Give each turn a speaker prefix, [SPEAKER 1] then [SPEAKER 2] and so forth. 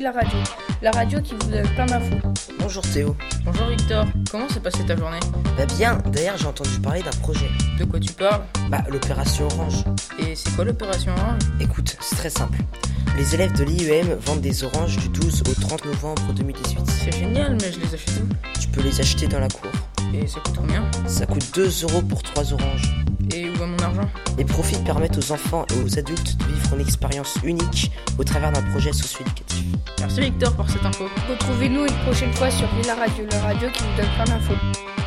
[SPEAKER 1] la radio. La radio qui vous donne plein d'infos.
[SPEAKER 2] Bonjour Théo.
[SPEAKER 3] Bonjour Victor, comment s'est passée ta journée
[SPEAKER 2] Bah bien, d'ailleurs j'ai entendu parler d'un projet.
[SPEAKER 3] De quoi tu parles
[SPEAKER 2] Bah l'opération Orange.
[SPEAKER 3] Et c'est quoi l'opération Orange
[SPEAKER 2] Écoute, c'est très simple. Les élèves de l'IUM vendent des oranges du 12 au 30 novembre 2018.
[SPEAKER 3] C'est génial, mais je les achète où
[SPEAKER 2] Tu peux les acheter dans la cour.
[SPEAKER 3] Et ça coûte combien
[SPEAKER 2] Ça coûte 2 euros pour 3 oranges.
[SPEAKER 3] Et où va mon argent
[SPEAKER 2] Les profits permettent aux enfants et aux adultes de vivre une expérience unique au travers d'un projet socio-éducatif.
[SPEAKER 3] Merci Victor pour cette info.
[SPEAKER 1] Retrouvez-nous une prochaine fois sur Villa Radio, la radio qui vous donne plein d'infos.